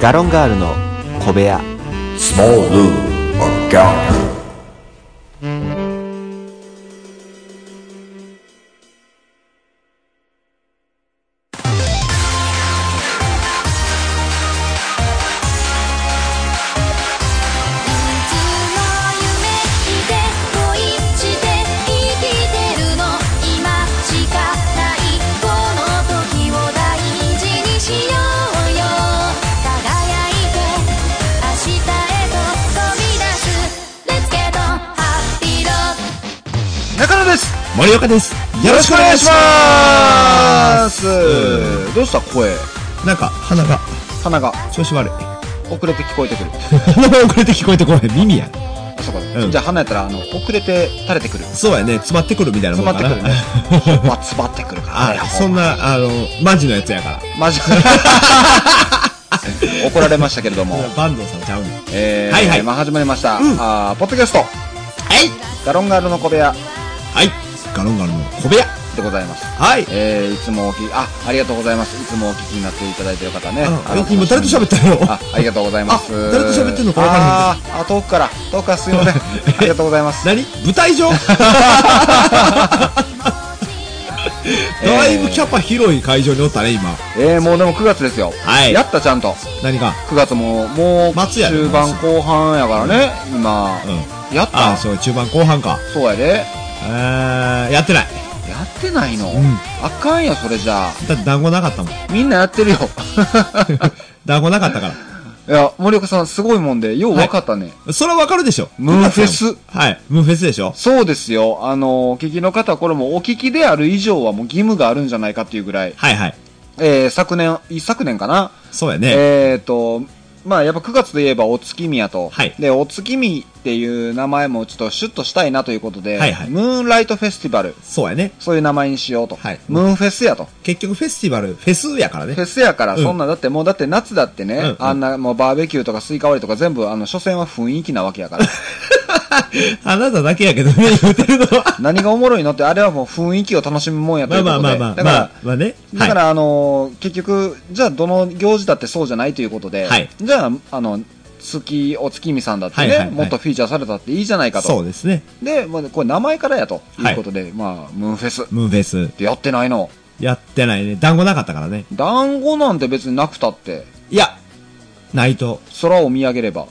ガロンガールの小部屋 Small Lou or Gallo. いつも夢見て恋して生きてるの今しかないこの時を大事にしようよ輝いて明日へと飛び出す Let's get on Happy Road 中野です森岡です。よろしくお願いしますうどうした声なんか、鼻が、鼻が調子悪い。遅れて聞こえてくる 鼻が遅れて聞こえてこない。耳や。あ そこだ、うんじゃあ鼻やったらあの遅れて垂れてくるそうやね、詰まってくるみたいなも詰んまかっな。てくるね ほんま詰まってくるからね あ、そんな、あの、マジのやつやから。マジ 怒られましたけれども、バンドさんちゃうねん。はえーはいはいまあ、始まりました、うんあーポッドキャストいガロンガールの小部屋はい。ガロンガロンの小部屋。でございますはい。えー、いつもお聞き、あ、ありがとうございます。いつもお聞きになっていただいてる方ね。ああの今誰と喋ったのあ、ありがとうございます。あ誰と喋ってんのか分からへんあーあ、遠くから、遠くからすいま せん。ありがとうございます。何舞台 上だいぶキャパ広い会場におったね、今。えー、もうでも9月ですよ。はいやった、ちゃんと。何が9月も、もう、松屋で中盤後半やからね、今。うやったあ、そう、中盤後半か。そうやで。えー、やってない。やってないの、うんあかんよ、それじゃあ。だって団子なかったもん。みんなやって るよ。団子なかったかいや、森岡さん、すごいもんで、ようわかったね。ら。それはわかるでしょ。ムーフェスはい。ムーフェスでしょ。そうですよ。あの、お聞きの方はこれもお聞きである以上はもう義務があるんじゃないかっていうぐらい、はいはい。えー、昨年、一昨年かな、そうやね。えっ、と、まあやっぱ9月で言えばお月見やと、はいで、お月見っていう名前もちょっとシュッとしたいなということで、はいはいムーンライトフェスティバル、そうやね。そういう名前にしようと、はいムーンフェスやと。結局フェスティバル、フェスやからねフ。ェスやから、うんそんな、だってもうだって夏だってね、うんうんあんなもうバーベキューとかスイカ割りとか全部、あの、所詮は雰囲気なわけ やから。あなただけやけどね、 言うてるのは。何がおもろいのって、あれはもう雰囲気を楽しむもんやとまいうあこまあとで。まあまあ、だまから、あ、まあね。だかはら、あのー結局、じゃあ、どの行事だってそうじゃないということで、はいじゃあ、あの、月、お月見さんだってね、はいはいはいもっとフィーチャーされたっていいじゃないい、かと。そうですね。で、まあ、これ名前からやとはいいうことで、まあ、ムーンフェスっムーンフェス。てやってないの。やってないね。団子なかったからね。団子なんて別になくたって、いや、ないと。空を見上げれば、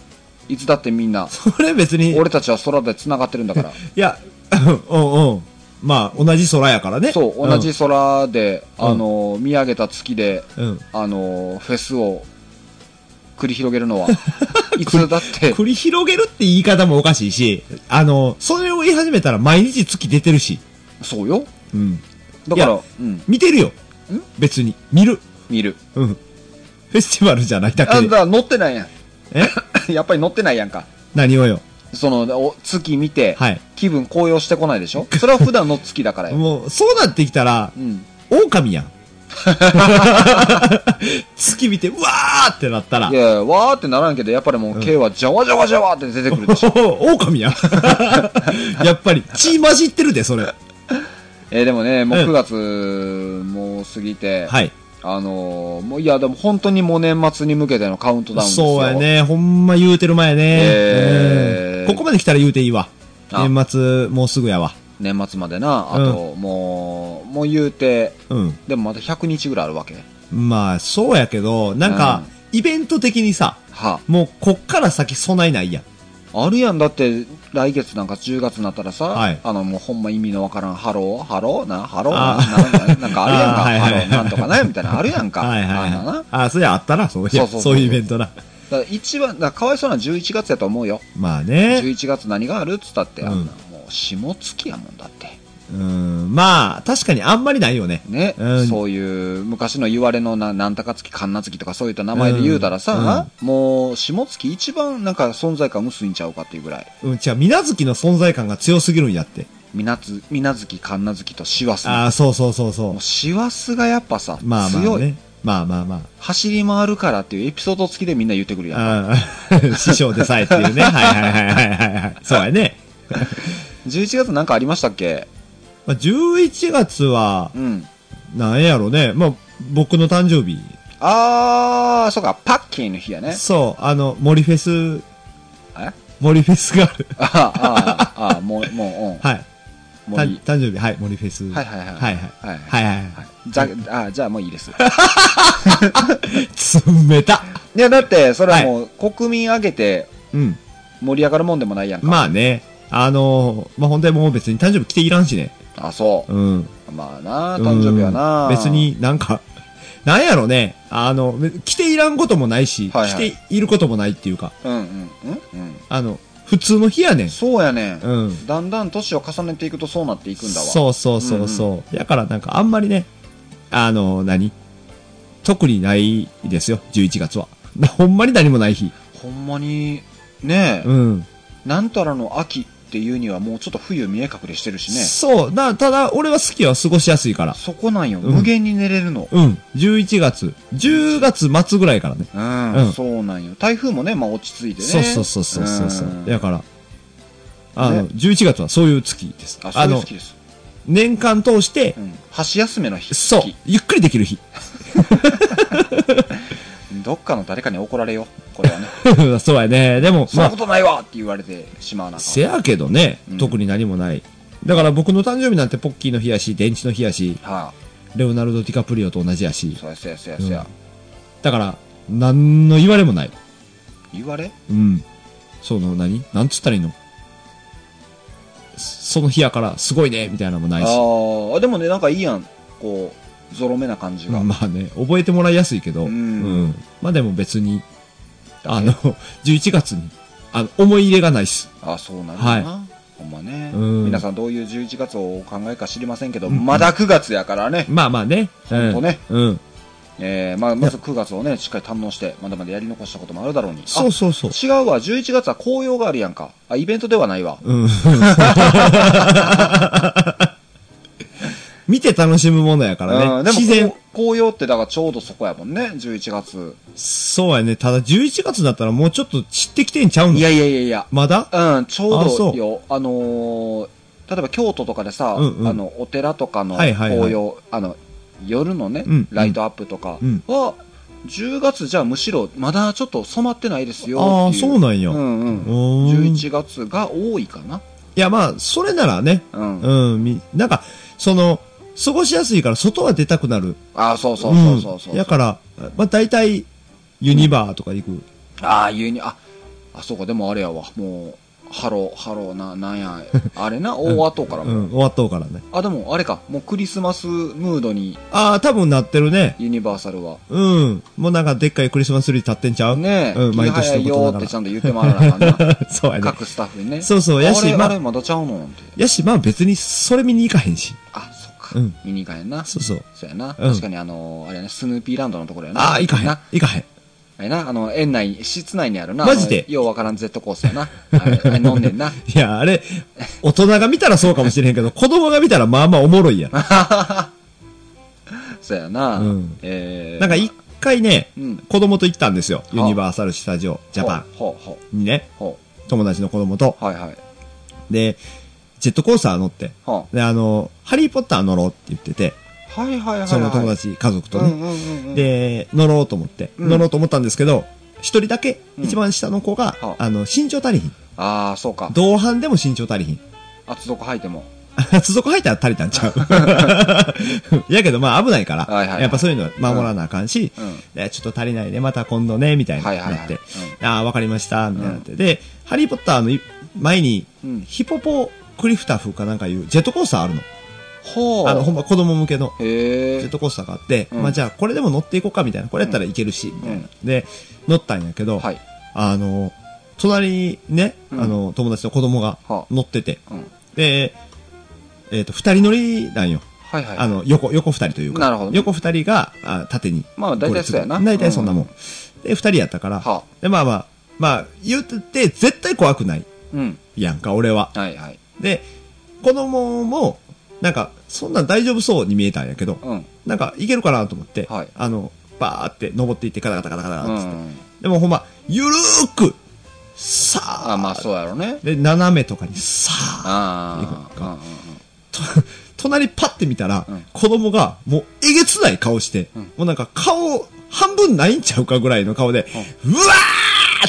いつだってみんな、それ別に、俺たちは空で繋がってるんだから。いや、 うんうん。まあ、同じ空やからね。そう、ん同じ。空で、うんあのー見上げた月で、うん。あのーフェスを繰り広げる のは、いつだって、繰り広げるって言い方もおかしいし、あの、それを言い始めたら毎日月出てるし。そうよ。うん。だかいらや、うん、見てるよ。別に。見る。見る。うん。フェスティバルじゃない だあけんで。た乗ってないやん。え やっぱり乗ってないやんか。何をよ。その、お月見て、はい気分高揚してこないで しょそれは普段の月だからよ。もう、そうなってきたらう、ん。狼 やん。月見て、うわーってなったらい、やいや、わーってならんけど、やっぱりもう、K はジャワジャワジャワって出てくる でしょ。 狼やん。やっぱり、血混じってるで、それ。えーでもね、もううん9月、もう過ぎて、はい。あのーもう、いや、でも本当にもう年末に向けてのカウントダウンですよ。そうや。ね。ほんま言うてる前ね。えーうんここまで来たら言うていいわ。あ年末、もうすぐやわ。年末までな、あと、もう、もう言うて、うん。でもまだ100日ぐらいあるわけ。まあ、そうやけど、なんか、イベント的にさ、はもうこっから先備えないやん。あるやん、だって、来月なんか10月になったらさ、はいあの、もうほんま意味のわからん、ハロー、ハローな、ハローあな、ななんかあるやんか、 あはいはハいローなんとかね、みたいなのあるやんか。 はいはいあんななはだい。あ、そりゃあったな、そういそうそや、うそうそういうイベントな。から一番、だからかわいそうなのは11月やと思うよ。まあね。 11月何があるっつったって、あんな、もう下月やもんだって。うんまあ、確かにあんまりないよね。ね、うんそういう昔の言われのななんたか月、かんな月とかそういった名前で言うたらさ、もう下月一番なんか存在感薄いんちゃうかっていうぐらい。うん、じゃあ、水無月の存在感が強すぎるんやって。みなつ、みなずき、かんなずきと師走。ああ、そうそうそうそもうう。師走がやっぱさ、まあま強あい。ね。まあまあまあ。走り回るからっていうエピソード付きでみんな言ってくるやん。あー 師匠でさえって いうね。はいはいはいはいはいはい。そうやね。 11月なんかありましたっけまあ、11月はう、ん。なんやろね。まあ、僕の誕生日あー、そうか、パッキーの日やね。そう、あの、森フェス、え森フェスがある。あーあー、あー、もう、もはい。う、うん。もたういい。誕生日、はい、森フェス。はいはいはいはいはいはい。はいはいはじゃ、あー、じゃあもういいです。 い。冷た。いや、だって、それはもう、国民挙げてうん。盛り上がるもんでもないやんか。まあね、あのーまあ本当にもう別に誕生日来ていらんしね。あ。そう。うん。まあな、誕生日はな。うん別。になんか、なんやろね、あの、来ていらんこともないし、はいはい来ていることもないっていうか、うんうんうんうん。あの、普通の日やねん。そうやねん。うんだんだん年を重ねていくとそうなっていくんだわ。そうそうそうそう。だからなんかあんまりね、あの、何特にないですよ、11月は。ほんまに何もない日。ほんまに、ねえ、うん。なんたらの秋っていうにはもうちょっと冬見え隠れしてるしね。そう。だ、ただ、俺は好きは過ごしやすいから。そこなんよ。うん無限に寝れるの。うん。11月。10月末ぐらいからね。うん、うんそうなんよ。台風もね、まあ落ち着いてね。そうそうそうそうそうそう。んだから、あの、ね11月はそういう月です。あ、そういうの好、きです。年間通してう、ん。箸休めの日。そう好き、ゆっくりできる日。 どっかの誰かに怒られよう。これは ね。そうやね。でも、そんまなあこ、とないわって言われてしまうなあかん。せやけどねうん、特に何もない。だから僕の誕生日なんてポッキーの日やし、電池の日やし、はレオナルド・ディカプリオと同じやしあ、。そうやそうやそうやそうや。だから、何の言われもない。言われうん。その何、なんつったらいいのその日やから、すごいねみたいなのもなあいし。あ、でもね、なんかいいやん。こう、ゾロ目な感じが。まあね、覚えてもらいやすいけど、うんまあでも別に、あの、11月に、あの、思い入れがないっす。あそうなんだな、はほんまね、うん皆さんどういう11月をお考えか知りませんけど、うんまだ9月やからね、まあまあね。ほんとねうん。うん。えーまあ、まず9月をねしっかり堪能してまだまだやり残したこともあるだろうにそうそうそう。あ違うわ11月は紅葉があるやんかあイベントではないわうん。見て楽しむものやからうんでね。も自然こ。う紅葉ってだからちょうどそこやもんね11月そうやね。ただ11月だったらもうちょっと散ってきてんちゃうのいやいやいやいやまだうんちょあうそどうよあのー例えば京都とかでさ、うんうんあのお寺とかのは紅い葉、はいはいあの夜のね、うんライトアップとかうんは、10月じゃむしろまだちょっと染まってないですよっていうああ、そうなんや。ういんうんおー11月が多いかなや、まあ、それならね、うん、うん、み、なんか、その、過ごしやすいから外は出たくなる。ああそうそうそうそうそう、んやから、まあ大体、ユニバーとか行く。ああいうにああそうかでもあれやわもうハローハローななんやあれな大後から うも、ん、終わっとうからね。あでもあれかもうクリスマスムードにああ、多分なってるね。ユニバーサルはうん。もうなんかでっかいクリスマスツリー立ってんちゃうねえ、うん、気毎早年いのよこーとってなちゃがんと言ってもらわな あかんなら。そうやね。各スタッフにねそうそうやしあれ,、まああれまだちゃうのなんてやし、まあ別にそれ見に行かへんし。あそっか、うん見に行かへんなそうそう。そうやな、うん確かにあのーあれやねスヌーピーランドのところやなああ、行かへん。な行かへん。あれな、あの、園内、室内にあるな。マジであのようわからんジェットコースターな。あれ、あれ飲んで んな。いや、あれ、大人が見たらそうかもしれ へんけど、子供が見たらまあまあおもろいやん。そうやな。うんえー、なんか一回ね、うん子供と行ったんですよ。ユニバーサル・スタジオ・ジャパンほうほうにね、ほ友達の子供と。う。はいはい。で、ジェットコースター乗って、はで、あの、ハリーポッター乗ろうって言ってて、あ、はいはいはい、はい。その友達、家族とうんね。うんうんうん。で、乗ろうと思って、うん乗ろうと思ったんですけど、一人だけ、うん一番下の子がは、あの、身長足りひん。ああ、そうか。同伴でも身長足りひん。 圧力吐いても。つぞこ入ったら足りたんちゃう。 やけど、まあ危ないから、はいはいはいやっぱそういうのは守らなあかんし、うん。でちょっと足りないね、また今度ね、みたいになはいはいはいなって、ああ、わかりました、みたいになって。で、ハリーポッターのい前に、うんヒポポクリフタフかなんかいうジェットコースターあるの。ほう。あの、ほんま子供向けのへジェッえ。トコースターがあって、うんまあじゃあこれでも乗っていこうかみたいな、これやったらいけるし、みたいな。で、乗ったんやけど、はい。あの、隣にね、うんあの、友達の子供がはあ乗ってて、うん。で、えっ、と、二人乗りなんよ。はいはい。あの、横、横二人というか、なるほどね横二人が、あ縦に。まあ大体そうやなこれ大体そんなもん。で、二人やったから、はあで、まあまあ、まあ、言うてて、絶対怖くないうん。やんか、俺は。はいはい。で、子供も、なんか、そんなん大丈夫そうに見えたんやけど、うん。なんか、いけるかなと思って、はいあの、バーって登っていって、ガタガタガタガタガうタっつって。ん。でもほんま、ゆるーく、さあ、あまあそうやろね。で、斜めとかにさあ、ああ。うんうんと隣パッて見たら、うん子供がもうえげつない顔して、うんもうなんか顔半分ないんちゃうかぐらいの顔で、うわ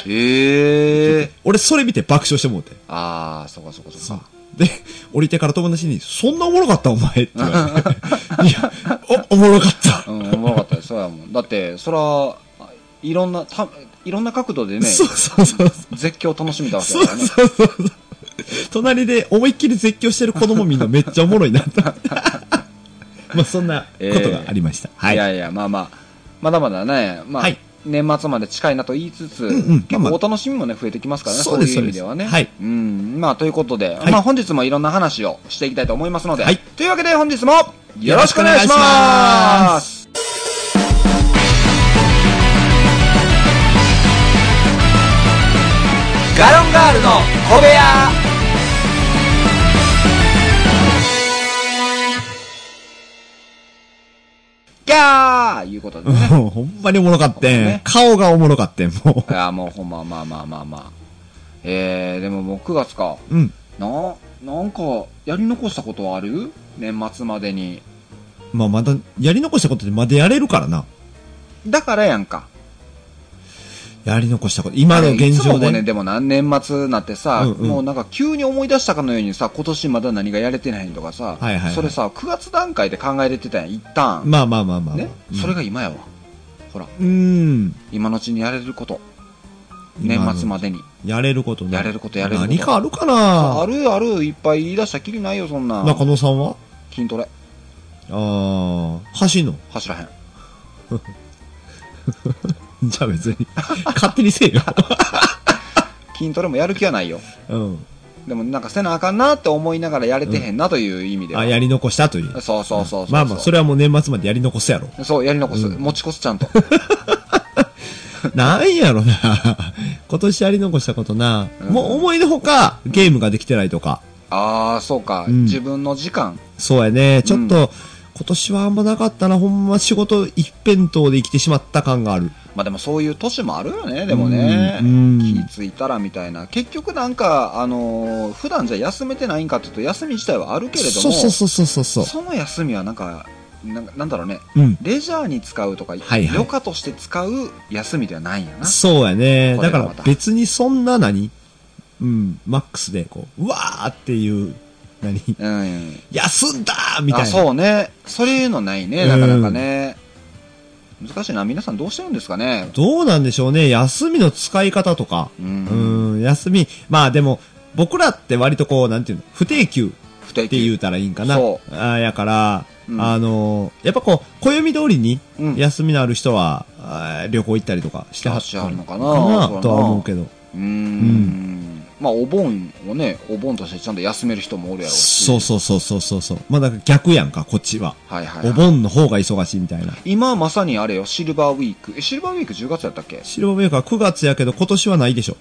ーええー。俺それ見て爆笑してもうて。ああ、そうかそうかそうか。で、降りてから友達に、そんなおもろかったお前って言わ れて。いや、お、おもろかった。うん、おもろかったです。そうやもん。だって、そら、いろんな、たいろんな角度でね、そうそうそうそう。絶叫を楽しめたわけそうだからね。そうそうそう。隣で思いっきり絶叫してる子供みんなめっちゃおもろい なと。まあそんなことがありました。はいやい。いや、まあまあ、まだまだね、まあ、はい年末まで近いなと言いつつ、んうん結ま構あまお楽しみもね、増えてきますからね、そそううでいすう意味ではね。そうですうん、まあ、ということで、いまあ、本日もいろんな話をしていきたいと思いますので、はいというわけで本日も、よろしくお願いしよろしくお願いしまますガロンガールの小部屋ギャーいうことでね。 もうほんまにおもろかってん、ね顔がおもろかってん、もいや、もうほんま、まあまあまあまあ。えー、でももう9月か。う。うん。な、なんか、やり残したことはある年末までに。まあまだ、やり残したことでまだやれるからな。だからやんか。やり残したこと。今のれい現つも状もで。ね、でもな、年末なってさ、うんうんもうなんか急に思い出したかのようにさ、今年まだ何がやれてないとかさ、はいはいはいそれさ、9月段階で考えれてたやん、一旦。まあまあまあまあ。ね、うんそれが今やわ。ほら、うん。今のうちにやれること。年今の末までに。やれることなやれることやれること何かあるかなあるある、いっぱい言い出したきりないよ、そんな。中野さんは筋トレ、ああ、走んの走らへん。じゃ あ別に。勝手にせえよ。筋トレもやる気はないよ。うん。でもなんかせなあかんなって思いながらやれてへんなという意味では。あ、やり残したという。そうそうそうそう。まあまあ、それはもう年末までやり残すや ろ。そう、やり残す。うん持ち越すちゃん と。なん やろな。今年やり残したことな。うんもう思いのほか、ゲームができてないとか。ああ、そうか、うん自分の時間。そうやね。ちょっと、今年はあんまなかったな。ほんま仕事一辺倒で生きてしまった感がある。まあでもそういう年もあるよね、でもね。うん気ぃついたらみたいな。結局なんか、あのー普段じゃ休めてないんかっていうと、休み自体はあるけれども、そうそうそうそうそうそう。その休みはなんか、なんかなんだろうね、うん。レジャーに使うとか、はいはい余暇として使う休みではないんやな。そうやね。これだがかまたら別にそんな何うん、マックスでこう、うわーっていう、 何うん。休んだーみたいな。あそうねそういうのないねうんなかなかね、難しいな皆さんどうしてるんですかねどうなんでしょうね。休みの使い方とか。ううんん、休み。まあでも、僕らって割とこう、なんていうの、不定休不定って言う期たらいいんかな。そあーやから、うんあのーやっぱこう、暦通りにうん休みのある人は、あー旅行行ったりとかしてはったあしはるのかなそうやなとは思うけど。うんまあお盆をねお盆としてちゃんと休める人もおるやろうしそうそうそうそうそうそう。まあだから逆やんか、こっちは。はいはい、おはい、盆の方が忙しいみたいな。今まさにあれよシルバーウィークえシルバーウィーク10月やったっけ白梅が9月やけど今年はないでしょ。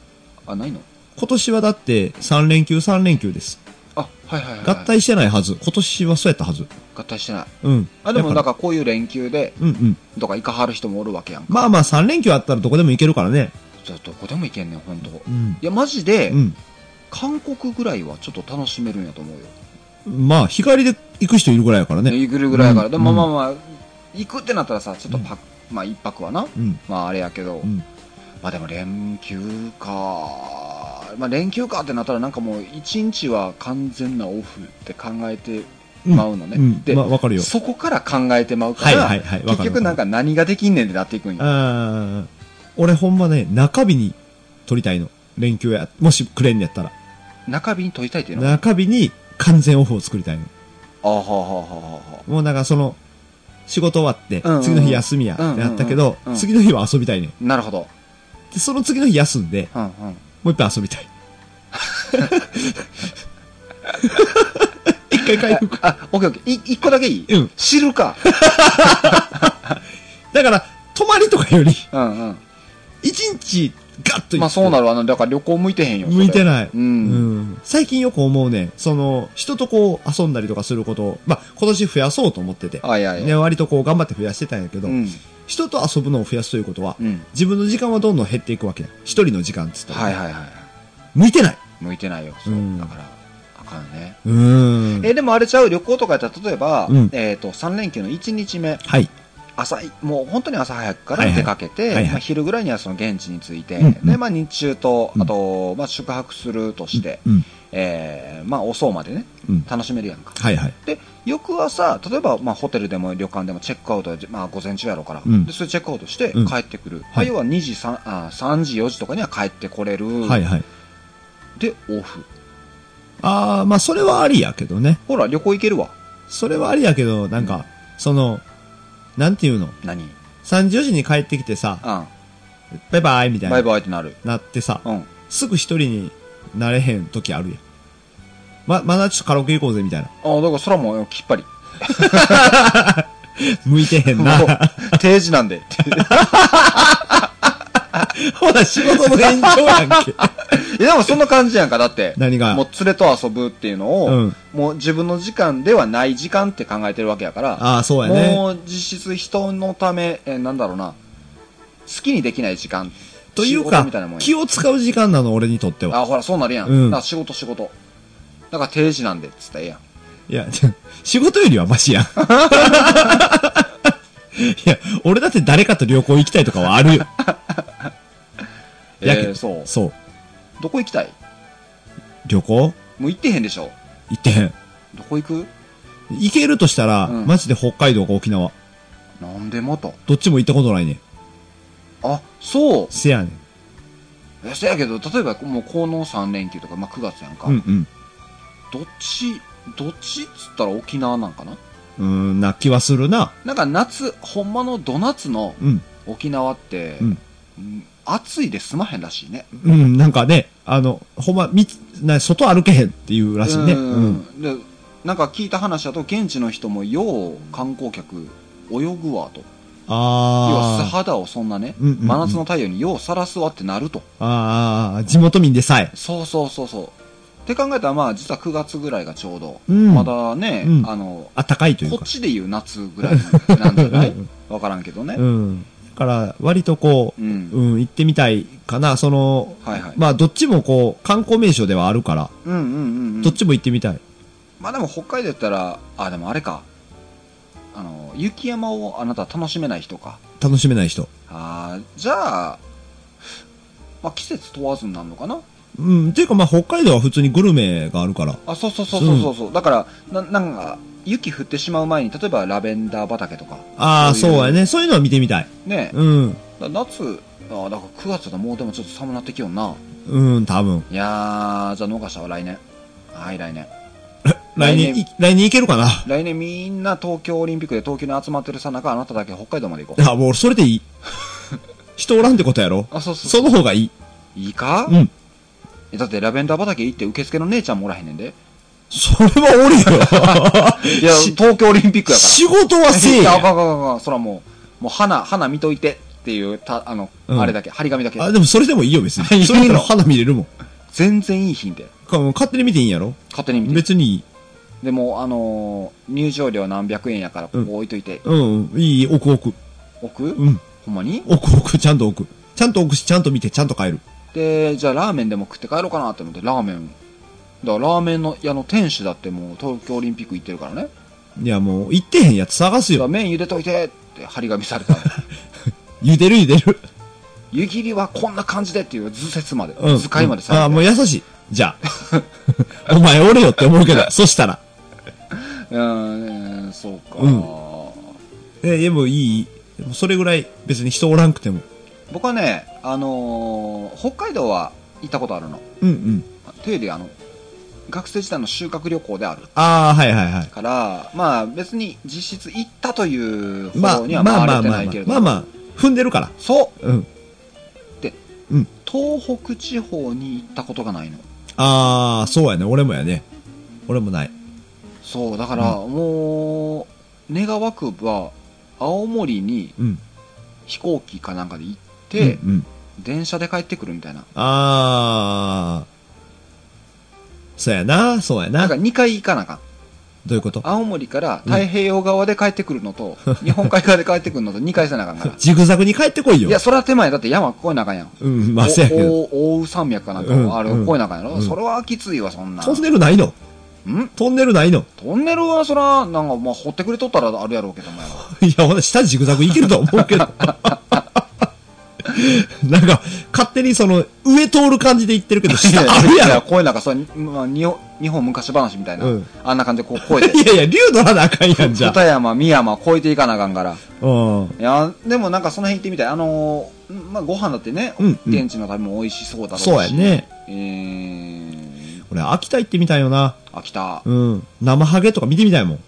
あないの今年はだって3連休3連休です。あはいはいはい、合はい、体してないはず。今年はそうやったはず。合体してないうん。あでもだなんからこういう連休でうんうん。とか行かはる人もおるわけやんかまあまあ3連休あったらどこでも行けるからね。ちょっとどこでも行けんねん本当いうん。やマジで、うん。韓国ぐらいはちょっと楽しめるんやと思うよまあ、日帰りで行く人いるぐらいやからね。ね、ぐるぐらいやから、うんでもまあまあ、行くってなったらさ、ちょっとパ、まあ一泊はな、うん。まああれやけど、うん。まあでも連休か、まあ連休かってなったらなんかもう一日は完全なオフって考えてまうのね。うん。で、まあ、わかるよ。そこから考えてまうかはいら、はいはい。結わかる局なん、か何ができんねんってなっていくんよ。あ俺ほんまね、中日に取りたいの。連休や、もしくれんのやったら。中日に取りたいっていうのは中日に完全オフを作りたいの。あははははもうなんかその、仕事終わってうんうん、次の日休みや、ってなったけどうんうんうんう、ん次の日は遊びたいね。なるほど。で、その次の日休んで、うんうん。もう一回遊 びたい。 一回回復。あ、オッケーオッケー。い、一個だけいい、うん知るか。だから、泊まりとかより、 うんうん。一日ガッと行ってまあそうなるわな。だから旅行向いてへんよ。それ向いてない。うんうん最近よく思うね、その、人とこう遊んだりとかすることを、まあ今年増やそうと思ってて、あいやいや。ね、割とこう頑張って増やしてたんやけどう、ん。人と遊ぶのを増やすということはう、ん。自分の時間はどんどん減っていくわけや。一人の時間っつったら。はいはいはい。向いてない。向いてないよ。そううんだから、あかんね。うーん。え、でもあれちゃう旅行とかやったら、例えば、うんえっ、と、3連休の1日目、はい。朝い、もう本当に朝早くかはいらはい出かけて、はいはいまあ、昼ぐらいにはその現地に着いて、うんうんで、まあ日中とう、んあと、まあ宿泊するとして、うん。えーまあ遅うまでね、うん。楽しめるやんか。はいはい。で、翌朝、例えば、まあ、ホテルでも旅館でもチェックアウト、まあ、午前中やろうから、うんでそれチェックアウトしてうん帰ってくる。はいまあ要は2時3、あ3時、4時とかには帰ってこれる。はいはい。で、オフ。ああ、まあそれはありやけどね。ほら、旅行行けるわ。それはありやけど、なんか、その、なんていうの何 ?3 時4時に帰ってきてさ、あバイバイみたん。いバイな、バイってなる。なってさ、うん。すぐ一人になれへん時あるやん。ま、まだちょっとカラオケ行こうぜみたいな。ああ、だから空もきっぱり。向いてへんもな。 う、定時なんで。ほら、仕事の延長やんけ。いや、でもそんな感じやんか。だって、 何がもう連れと遊ぶっていうのを、うんもう自分の時間ではない時間って考えてるわけやから、ああ、そうやね。もう実質人のため、えーなんだろうな、好きにできない時間。という仕か事みたいなもん、や気を使う時間なの、俺にとっては。あ、ほら、そうなるやん。うんだから仕事仕事。だから定時なんで、つったらええやん。いや、仕事よりはマ シやん。いや、俺だって誰かと旅行行きたいとかはあるよ。 えやけー、そう。そう。どこ行きたい旅行もう行ってへんでしょ。行ってへん。どこ行く行けるとしたら、うんマジで北海道か沖縄。なんでもと。どっちも行ったことないねん。あ、そう。せやねん。えせやけど、例えばもうこの3連休とか、まあ9月やんか。うんどっち、どっちっつったら沖縄なんかなうん。うーん、な気はするな。なんか夏、ほんまのド夏のうん。沖縄って、うんうん暑いで済まへんらしいね。うん、なんかね、あの、ほんま、み、な、外歩けへんっていうらしいね。うんうん。でなんか聞いた話だと現地の人もよう観光客泳ぐわと要は素ああ。肌をそんなね、うんうんうん真夏の太陽にようさらすわってなるとあーあー、地元民でさえ。そうそうそうそうって考えたらまあ実は9月ぐらいがちょうど、うんまだね、うんあのあったかいというこかっ。ちで言う夏ぐらいなんじゃ ないうんわからんけどねうん。だから、割とこうう、ん、うん、行ってみたいかな。その、はいはいまあ、どっちもこう、観光名所ではあるから、うんうんうんうんどっちも行ってみたい。まあでも北海道やったらあでもあれかあの雪山をあなた楽しめない人か楽しめない人。あーじゃあ、まあ、季節問わずになるのかなうん、っていうかまあ、北海道は普通にグルメがあるから。あそうそうそうそうそうそうだからななんか雪降ってしまう前に例えばラベンダー畑とかああ、そそうういうやね。そういうのは見てみたい。ねうん。だ夏あだから9月だもうでもちょっと寒なってきよんなうん、多分。いやーじゃあ農家したわ来年はい来年来来年、年い来年行けるかな。来年みんな東京オリンピックで東京に集まってるさなかあなただけ北海道まで行 こうあ、もうそれ でいい。人おらんってことやろあそうそうそその方がいい。ういいか、うん。えだってラベンダー畑行って受付の姉ちゃんもおらへんねんでそれはおるよ。いや し東京オリンピックやから仕事 はせえあかんや。あかんあかんそらもう、もう花、花見といてっていう、た、あの、うんあれだけ、張り紙だけ。あ、でもそれでもいいよ、別 いいに。のそれでも花見れるもん。全然いい品で。か勝手に見ていいんやろ勝手に見て。別にいい。でも、あのー入場料何百円やから、こうんこ置いといて、うん、うんいい、奥奥。置く、うん。ほんまに奥奥、ちゃんと奥。ちゃんと奥し、ちゃんと見て、ちゃんと帰る。で、じゃあラーメンでも食って帰ろうかなって思って、ラーメン。だからラーメンの屋の店主だってもう東京オリンピック行ってるからね。いや、もう、行ってへんやつ探すだからよ。麺茹でといてって張り紙され た。茹でる茹でる。湯切りはこんな感じでっていう図説まで、うん。図解までさうんあ、もれうて。優しい。じゃあ。お 前おるよって思うけど、そしたら。うん、そうか。うんえ、でもいい。でもそれぐらい、別に人おらんくても。僕はね、あのー北海道は行ったことあるの。うんうん。というより、あの、学生時代の修学旅行であるああ、はいはいはい。から、まあ別に実質行ったというまあ、方にまはあま回れあまあてまなあいけれ、どまも、あまあ、踏んでるから。そう、うん。東北地方に行ったことがないの。ああ、そうやね。俺もやね。俺もない。そう、だからもう、願わくば、青森にうん。飛行機かなんかで行って、うんうん。電車で帰ってくるみたいな。ああ。そうやな、そうやだかな。どら2回行かなあかん。ういうこと青森から太平洋側で帰ってくるのと、日本海側で帰ってくるのと2回せなあか んから。ジグザグに帰ってこいよ。いや、それは手前だって山越えなあかんやん。うん、まあ、せやけど。おお大雨山脈かなんか、うんあれうん越えなあかんやろ、うんそれはきついわ、そんな。トンネルないのんトンネルないの トンネルはそら、なんか、まあ、掘ってくれとったらあるやろうけどもやろ。いや、ほな下ジグザグいけると思うけど。 なんか、勝手にその、上通る感じで言ってるけど、下 あるいやや、ろ。こういうなんか、それ、まあ、日本、日本昔話みたいな。うん。あんな感じでこう、超えて いやいや、竜乗らなあかんやん、じゃあ。二山、三山、超えていかなあかんから。うん。いや、でもなんかその辺行ってみたい。あのーまあ、ご飯だってね、うんうん現地の食べ物美味しそうだろうし。そうや。ね。えー、俺、秋田行ってみたいよな。秋田。うん。生ハゲとか見てみたいもん。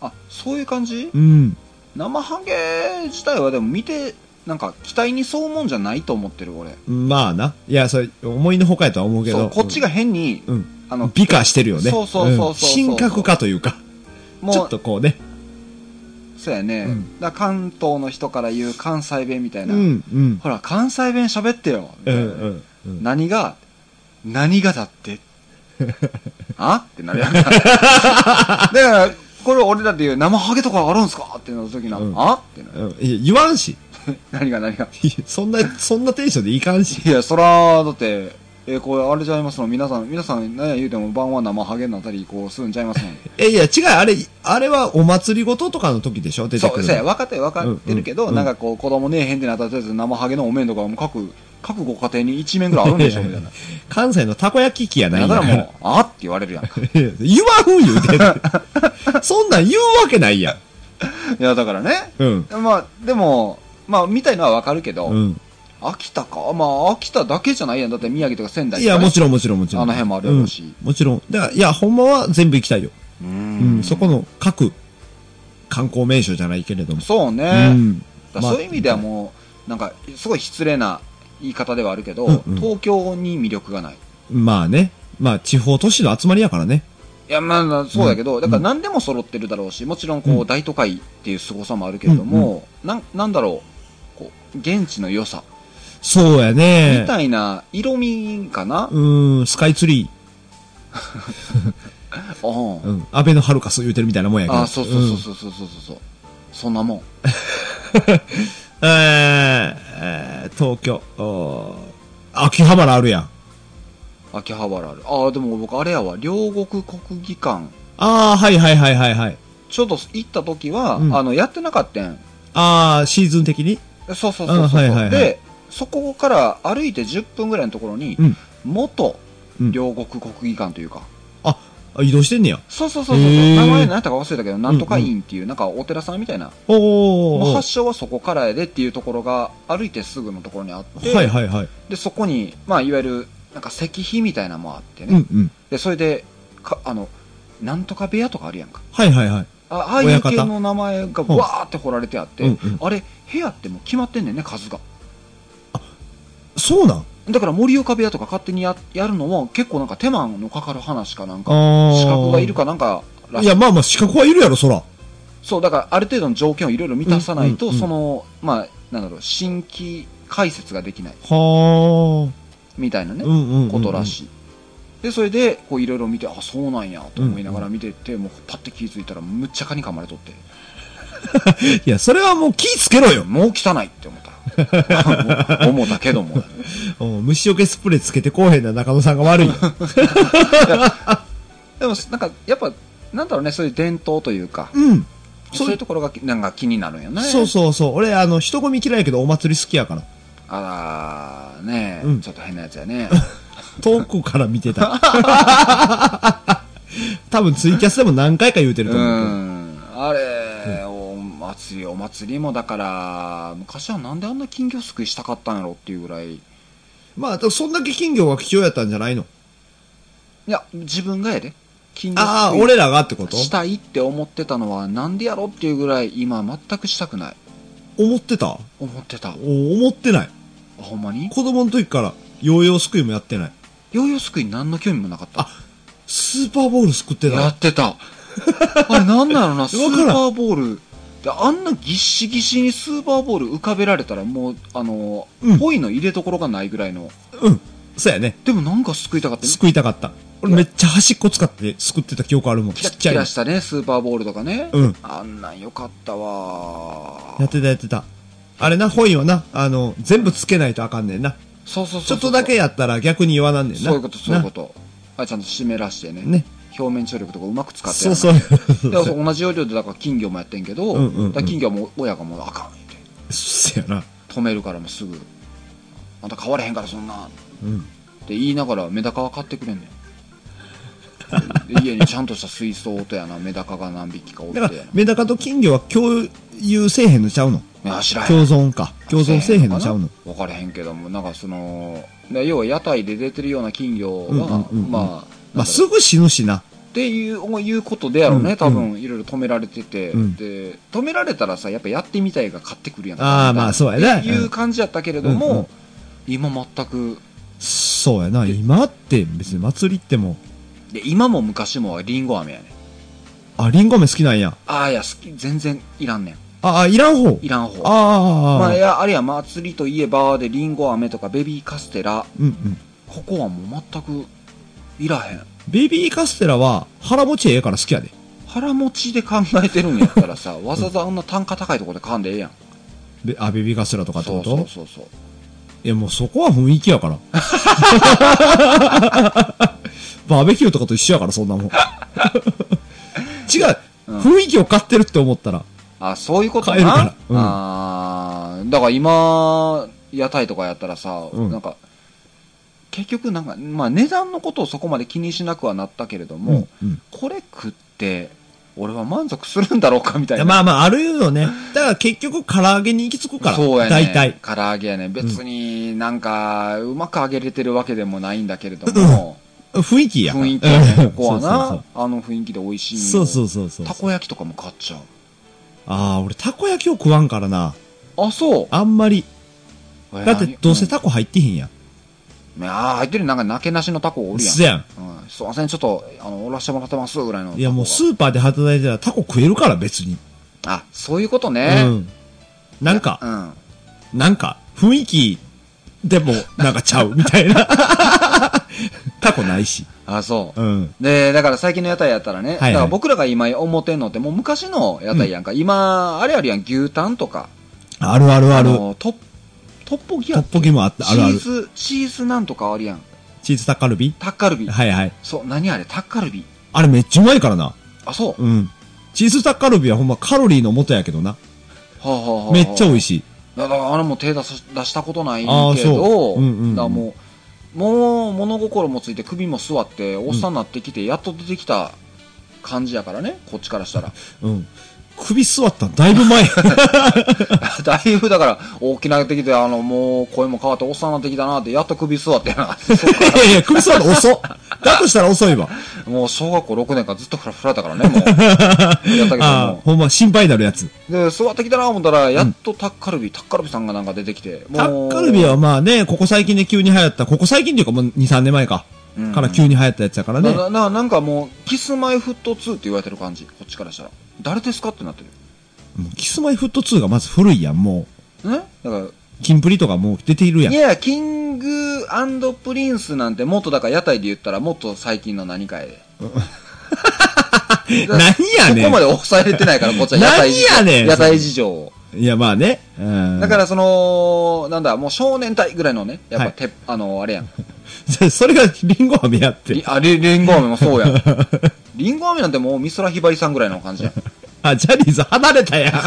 あ、そういう感じうん。生ハゲ自体はでも見て、なんか期待にそうもんじゃないと思ってる、俺。まあな。いや、それ、思いのほかやとは思うけそう、ど。こっちが変に、うん、あうんの、美化してるよね。そうそうそうそううん神格化というか。ちもょっう、とこうね。そうやね。うんだから関東の人から言う関西弁みたいうな。ん、うん。ほら、関西弁喋ってよ。うん、うん。うん何が、何がだ って。あってなるやんか。だ から、これ俺だって言う、生ハゲとかあるんすかってなった時の、うんあってなる。うんいや言わんし。 何が何が。いやそんな、そんなテンションでいかんし。いや、そら、だって、えーこれあれちゃいますの皆さん、皆さん、何や言うても晩は生ハゲになったり、こう、するんちゃいますのえ、いや、違う、あれ、あれはお祭りごととかの時でしょ 出てそう、くるそうや、の。分かってる分かってるけど、うんうんなんかこう、子供ねえへんってなったら、とりあえず生ハゲのお面とかも各、各ご家庭に一面ぐらいあるんでしょ、みたい な。関西のたこ焼き器やないだんかやらもう、あって言われるやんか。いや 言わん言うて るそんなん言うわけないやん。いや、だからね。うん。まあ、でも、まあ、見たいのは分かるけど、うん。秋田かまあ、秋田だけじゃないやん。だって宮城とか仙台いとかや、ね、もちろんもちろんもちろん。あの辺もあるやろうしうんもちろん。だから、いや、ほんまは全部行きたいよ。ううんん。そこの各観光名所じゃないけれども。そうね。うん。だからそういう意味ではもう、なんか、すごい失礼な言い方ではあるけど、うんうん東京に魅力がない。まあね。まあ、地方都市の集まりやからね。いや、まあまあ、そうだけど、うんだから何でも揃ってるだろうし、もちろんこうう、大都会っていう凄さもあるけれども、なん、なんだろう、こう、現地の良さ、そうやねみ。たいな色味かな、うん、スカイツリうんー。うん。安倍のハルカス言うてるみたいなもんやけど。あ、そうそうそうんそうそうそうそう。そんなもん。 えーえー東京、おー秋葉原あるやん。秋葉原ある。ああ、でも僕あれやわ、両国国技館。ああ、はいはいはいはいはい。ちょうど行った時は、うんあの、やってなかったん。ああ、シーズン的にそうそうそうそう。あはいはいはいで、そこから歩いて10分ぐらいのところに、うん元うん両国国技館というか、あ、あ移動してんねや。そうそうそうそう、へー名前何やったか忘れたけど、なんとか院っていう、なんかお寺さんみたいな、おもうー。発祥はそこからやでっていうところが、歩いてすぐのところにあって、はいはいはい。で、そこに、まあ、いわゆる、なんか石碑みたいなのもあってうんね、うん。で、それで、かあの、なんとか部屋とかあるやんか。はいはいはい。あああい親う方系の名前がわーって彫られてあって、うんうんあれ、部屋ってもう決まってんねんね、数が。そうなんだから森岡部屋とか勝手にややるのも結構なんか手間のかかる話かなんあか、ー資格がいるかなんかいや、まあまあ、資格はいるやろ、そら。そう、だからある程度の条件をいろいろ満たさないと、うんうんうんその、まあ、なんだろう、新規解説ができないはー。みたいなね、うんうんうんうん。ことらしい。で、それで、こういろいろ見て、あ、そうなんや、と思いながら見てて、もうパッて気づいたら、むっちゃ蚊に噛まれとって、いや、それはもう気ぃつけろよ。もう汚いって思った。 思ったけども。うん虫除けスプレーつけてこうへんな中野さんが悪いよ。でも、なんか、やっぱ、なんだろうね、そういう伝統というか、うん。そういうところが、なんか気になるんよね。そうそうそう。俺、あの、人混み嫌いやけど、お祭り好きやから。あらー、ねえ、うんちょっと変なやつやね。 遠くから見て た。多分ツイキャスでも何回か言うてうると思うけど。ん。あれ、お祭り、お祭りもだから、昔はなんであんな金魚すくいしたかったんやろっていうぐらい。いまあ、そんだけ金魚が貴重やったんじゃないのや、自分がやで。金魚ああ、すく俺らがってこといしたいって思ってたのはなんでやろっていうぐらい、今全くしたくない。思ってた思ってた。あお思ってない。ほんまに子供の時から、ヨーヨーすくいもやってない。ヨーヨーすくい何の興味もなかった。スーパーボールすくってやた。ってた。 あれなんだろうな、スからんーパーボール。であんなぎっしぎしにスーパーボール浮かべられたらもう、あの、うんポイの入れ所がないぐらいの。うん。そうやね。でもなんか救いたかった。すくいたかった。俺めっちゃ端っこ使ってすくってた記憶あるもん。キちラっちゃッキいのラ。したね、スーパーボールとかね。うんあんなんよかったわやってたやってた。あれな、本意はな、あの、全部つけないとあかんねんな。そうそうそうちそょう。っとだけやったら逆に言わなんねんそな。ういうこと、そういうこと。あ、ちゃんと湿らしてね。ね。表面張力とかうまく使ってそうそう。うだから同じ要領でだから金魚もやってんけど、うんうんうんだから金魚はもう親がもうあかんってそうやな。止めるからもうすぐあんた変われへんからそんなうん。って言いながらメダカは買ってくれ んねんで家にちゃんとした水槽とやなメダカが何匹かおっだかてら、メダカと金魚は共有せえへんのちゃうのやな知らへん共存か。 共存せえへんのちゃうの分からへんけどもなんかそので要は屋台で出てるような金魚うんうは、んうんうんまあまなんあ、かすぐ死ぬしな。っていういうことでやろうね、うん多分いろいろ止められてて、うんで止められたらさやっぱやってみたいが買ってくるやんああまあそうやねっていう感じやったけれども、うんうん今全くそうやな。今って、別に祭りってもで今も昔もリンゴ飴やねんう、あ、リンゴ飴好きなんや。ああいや好き全然いらんねんあ、あ、いらん方いらん方ああ、まあ、いやあるいは祭りといえばでリンゴ飴とかベビーカステラうんうん。ここはもう全くいらへんベビーカステラは腹持ちええから好きやで。腹持ちで考えてるんやったら さわざわざあんな単価高いとこで買んでええやんべあ、ベビーカステラとかってそこうとそうそうそういやもうそこは雰囲気や から。バーベキューとかと一緒やから、そんなもん。違う、雰囲気を買ってるって思ったら。あそういうこと買えるからな、うんあーだから今屋台とかやったらさ、うんなんか結局なんか、まあ、値段のことをそこまで気にしなくはなったけれども、うんうんこれ食って俺は満足するんだろうかみたいいやなまあまあ、あるよね。だから結局唐揚げに行き着くから。そうやね大体。唐揚げやね別になんか、うまく揚げれてるわけでもないんだけれども、雰囲気やから。雰囲気やねここはそうなあの雰囲気で美味しいのそうそうそうそうそうそう。たこ焼きとかも買っちゃうああ、俺たこ焼きを食わんからな。あそうあんまり。えーだって何どうせたこ入ってへんやん。うんああ入ってるなんかなけなしのタコおるやんそやん。うんすいません、ちょっと、あの、おらしてもらってます、ぐらいの。いやもうスすーパーで働いてたらタコ食えるから別に。あ、そういうことうね。ん。なんかう、ん。なんか、雰囲気でも、なんか ちゃう、みたいな。タコないし。あ、そうう。ん。で、だから最近の屋台やったらね、はいだから僕らが今思ってんのって、もう昔の屋台やんか、今、あれあるやん、牛タンとか、あるあるある。の、トッ、トッポギトやッん。ポギもあった、あチるあるー。ズ、チーズなんとかあるやん。チーズタッカルビタッカルビ。はいはい。そう、何あれ、タッカルビ。あれめっちゃうまいからな。あ、そう。うん。チーズタッカルビはほんまカロリーの元やけどな。はあはあはあはあめっちゃ美味しい。だからあれも手出し出したことないけあーそど、ううんうんうんだからもう、もう物心もついて首も座って、おっさんになってきて、やっと出てきた感じやからね、こっちからしたら。うん。首座ったんだいぶ 前。だいぶだから、大きなってきて、あの、もう声も変わって、おっさんになってきたなって、やっと首座ってな。そういやいや、首座った遅っ。だとしたら遅いわ。 もう小学校6年間ずっとフラフラだからね、もう。や ったけどああ、も。ほんま心配になるやつ。で、座ってきたな思ったら、やっとタッカルビ、タッカルビさんがなんか出てきて、もうタッカルビは、まあね、ここ最近で急に流行った、ここ最近というかもう2、3年前か。うんから急に流行ったやつだからね。なななんかもうキスマイフット2って言われてる感じこっちからしたら誰ですかってなってもうキスマイフット2がまず古いやん、もるねだかう。キンプリとかもう出ているやらん。いやキングプリンスなんてもっとだから屋台で言ったらもっと最近の何 かやで だから 何やねんそこまで抑えれてないからこっちは屋台事情 何やねん屋台事情をいや、まあね。うんだからそのなんだもう少年隊ぐらいのねやっはぱいて、あのあれやんら、 それがリンゴ飴やっりて。あれリンゴ飴もそうや んリンゴ飴なんてもう美空ひばりさんぐらいの感じやんあ、ジャニーズ離れたやん。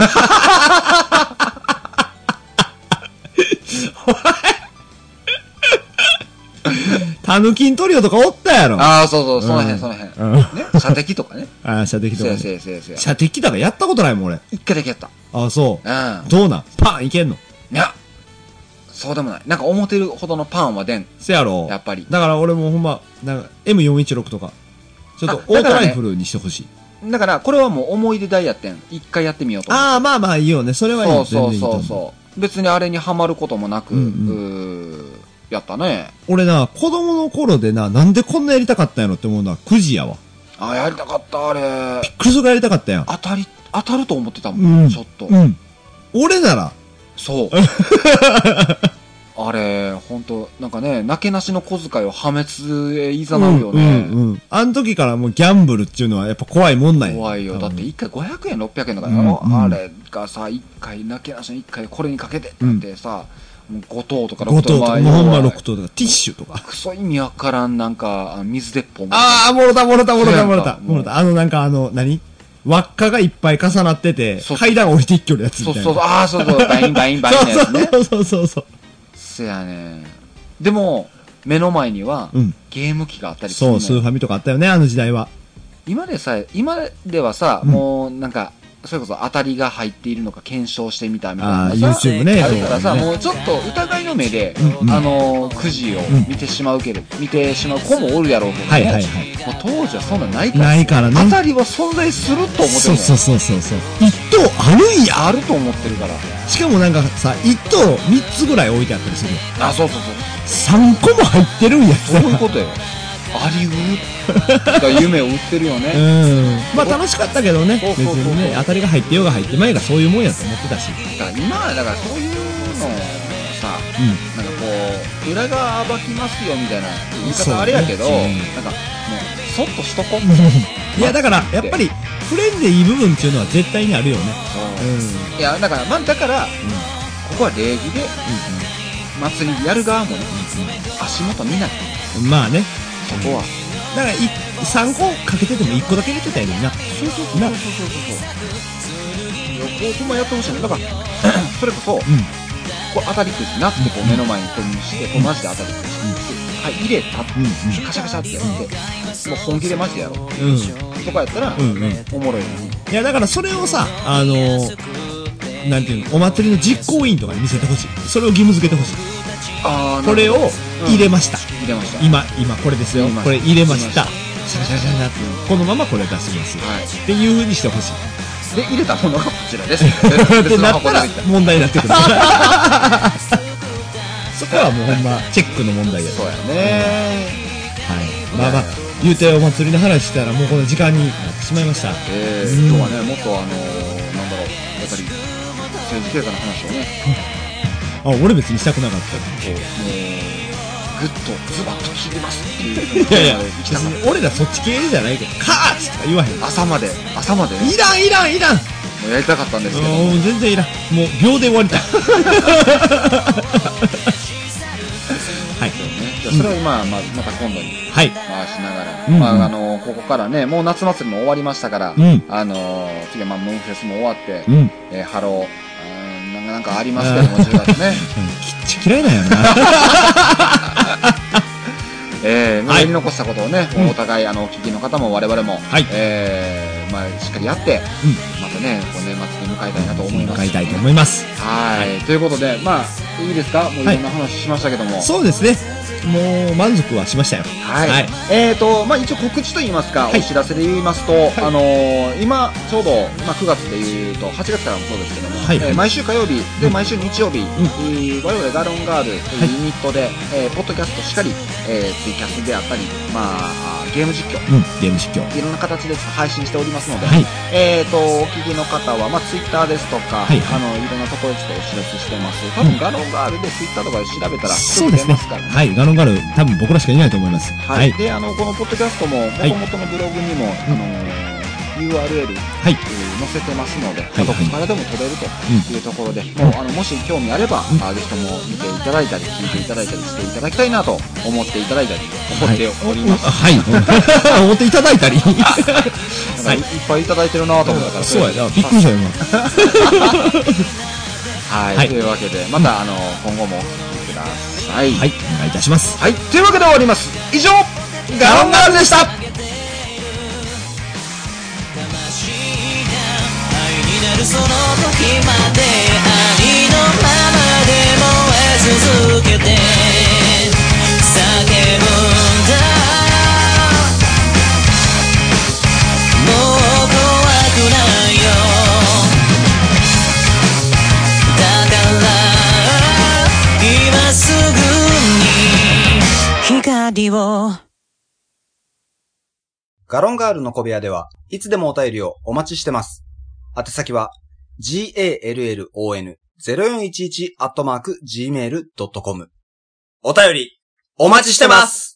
タヌキントリオとかおったやろ。ああそうそうその辺その辺、うんね射的とか ねあ、射的とせかやね。せやせやせや射的だからやったことないもん、俺。一回だけやった。あ、そうう。ん。どうなんパンいけんのいや、そうでもない。なんか思ってるほどのパンは出ん。せやろやっぱりだから俺もほんま、なんか M416 とか。ちょっとあオーだトからラねイフルにしてほしい。だから、これはもう思い出大やってん。一回やってみようと思って。ああ、まあまあいいよね。それはいいそようそう全然いいとそ思うそう。別にあれにはまることもなく、ううんーやったね。俺な、子供の頃でな、なんでこんなやりたかったんやろって思うのはくじやわ。あ、やりたかった、あれ。クソがやりたかったやん。当たり、当たると思ってたもん。うん。ちょっと。うん。俺なら、そう。あれ、本当なんかね、なけなしの小遣いを破滅へ誘うよね。うんうん。あの時からもうギャンブルっていうのはやっぱ怖いもんなんや。怖いよ。だってうん1回500円、600円だからやろ、うんうんあれがさ、1回、なけなしの1回これにかけてってなってさ、もう5頭とか五6頭頭とまあか、もうほんま要は6頭とか、ティッシュとか。クソ意味わからん、なんか、あの水鉄砲みたいなああ、もろたもろたもろたもろた。そうやもろんかた。あの、なんかあの、何輪っかがいっぱい重なっててそ、う階段降りていっきょるやつみそうたいそな。うそう、ああ、そうそう、バインバインバインのやつね。 そうそうそうそう。せやねでも、目の前にはうん、ゲーム機があったりするそのう、スーよファミとかあったよね、あの時代は。今でさえ、今ではさ、うんもうなんか、それこそ当たりが入っているのか検証してみたみああたいー、なさ。 YouTube ね。あるからさ、そうねもうちょっと疑いの目で、うんあのーくじを見てしまうけど、見てしまう子もおるやろうけど、ねはいはいはいもう当時はそんなんないから、ないからね。当たりは存在すると思ってるそうそううそうそうそう。一等あるんやあると思ってるから。しかもなんかさ、一等三つぐらい置いてあったりするよ。あ、そうそうそう。三個も入ってるんやそういうことよ。ありうる。夢を売ってるようね。ん。まあ楽しかったけどね。そう別そうそうそうにね、当たりが入ってようが入ってまいがそういうもんやと思ってたし。だから今は、だからそういうのをさ、うなんかこう、裏が暴きますよみたいな言いそうね方あれやけど、うんなんかもう、そっとしとこう。ん。いや、だから、やっぱり、フレンでいい部分っていうのは絶対にあるよね。うん。うん。いや、だから、まあ、だから、ここは礼儀で、祭りやる側もね、足元見ない。うん。まあね。そこは。だからい、3個かけてても1個だけ入れてたよねんな。そうそうそうそうそうそう。旅行もやってほしいね。だ から、それこそ、うん。こう当たりくじなってこう目の前に購入して、こうマジで当たりくじはい、入れたって、うんカシャカシャってやって、もう本気でマジでやろううん。とかやったら、うん。うんうん。おもろいのに。いや、だからそれをさ、あのーなんていうの、お祭りの実行委員とかに見せてほしい。それを義務付けてほしい。あーこれを入れました。入れました。今、今これですよ入れま。したこれ入れました入。シャシャシャシャってこのままこれ出します。はい。っていう風にしてほしい。で、入れたものがこちらです。 って別のなった箱でら入った問題になってくる。そこはもうほんま、チェックの問題やとそうやねはい。まあまあ、言うてお祭りの話したらもうこの時間になってしまいました。えうんー、今日はね、もっとあのー、なんだろう、やっぱり、政治経済の話をね、あ、俺別にしたくなかった。こう、もう、ぐっとズバッと切りますっていう。いやいや、行き別たかっに 俺らそっち系じゃないけど、カーッとか言わへん。た。朝まで、朝までねいらんいらんいらんもうやりたかったんですけど、もう全然いらんもう秒で終 わりたいはいね、じゃあそれは今、まあ、また今度にはい回しながら、うんうんまあ、あのここからね、もう夏祭りも終わりましたから、うんあの次はまあ、ムーンフェスも終わって、うんえーハロー、うーんなんかなんかありますけ ども、10月ね。きっち嫌いなんやろなえー、はいやり残したことをね、うんお互い、あの、お聞きの方も我々も、はいえー、まあ、しっかりやって、うまたね、こう年末に迎えたいなと思います。向かいたいと思いますはい、ということで、まあ、いいですかもういろんな話しましたけども。そうですねもう満足はしましたよはい、はいえーとまあ、一応告知といいますか、はいお知らせで言いますと、あのー今、ちょうど、まあ、9月でいうと、8月からもそうですけども、はいえー毎週火曜日、うでん毎週日曜日、えー我々ガロンガールというユニットで、えーポッドキャストしかり、えーツイキャスであったり、まあ、ゲーム実況、うんゲーム実況いろんな形で配信しておりますので、はいえーとお聞きの方は、まあ、ツイッターですとか、はいいあはいのいろんなところでちょっとお知らせしてます、多うん分ガロンガールでツイッターとかで調べたら、すそうぐで出すねますからね。はいガロンガル多分僕らしかいないと思いますは、はいいであのこのポッドキャストもい元々のブログにも、あの URL はい載せてますので、はいどはいこからでも取れるというところで、もうあのもし興味あれば、あぜひとも見ていただいたり聞いていただいたりしていただきたいなと思っていただいたり思っております、 はいはい思っていただい たりなんかいっぱいいただいてるなと思ったからそうやなびっくりしたよ今はい、はいというわけでまたあの今後もお聞きください、はいお願いいたしますはい、というわけで終わります以上ガロンガールでした愛になるその時まで愛のままで燃え続けて叫ぶんだもう怖くないよだから今すぐに光をガロンガールの小部屋では、いつでもお便りをお待ちしてます。宛先は、gallon0411-gmail.com。お便り、お待ちしてます